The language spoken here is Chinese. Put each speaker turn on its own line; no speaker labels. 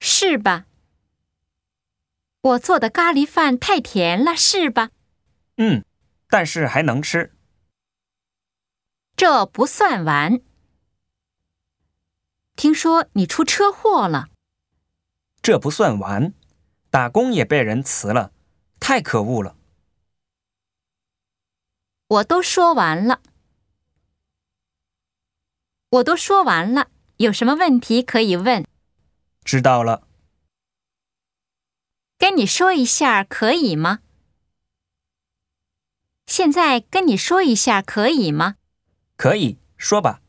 是吧？我做的咖喱饭太甜了，是吧？
嗯，但是还能吃。
这不算完。听说你出车祸了，
这不算完，打工也被人辞了，太可恶了。
我都说完了，我都说完了，有什么问题可以问？
知道了，
跟你说一下可以吗？现在跟你说一下可以吗？
可以说吧。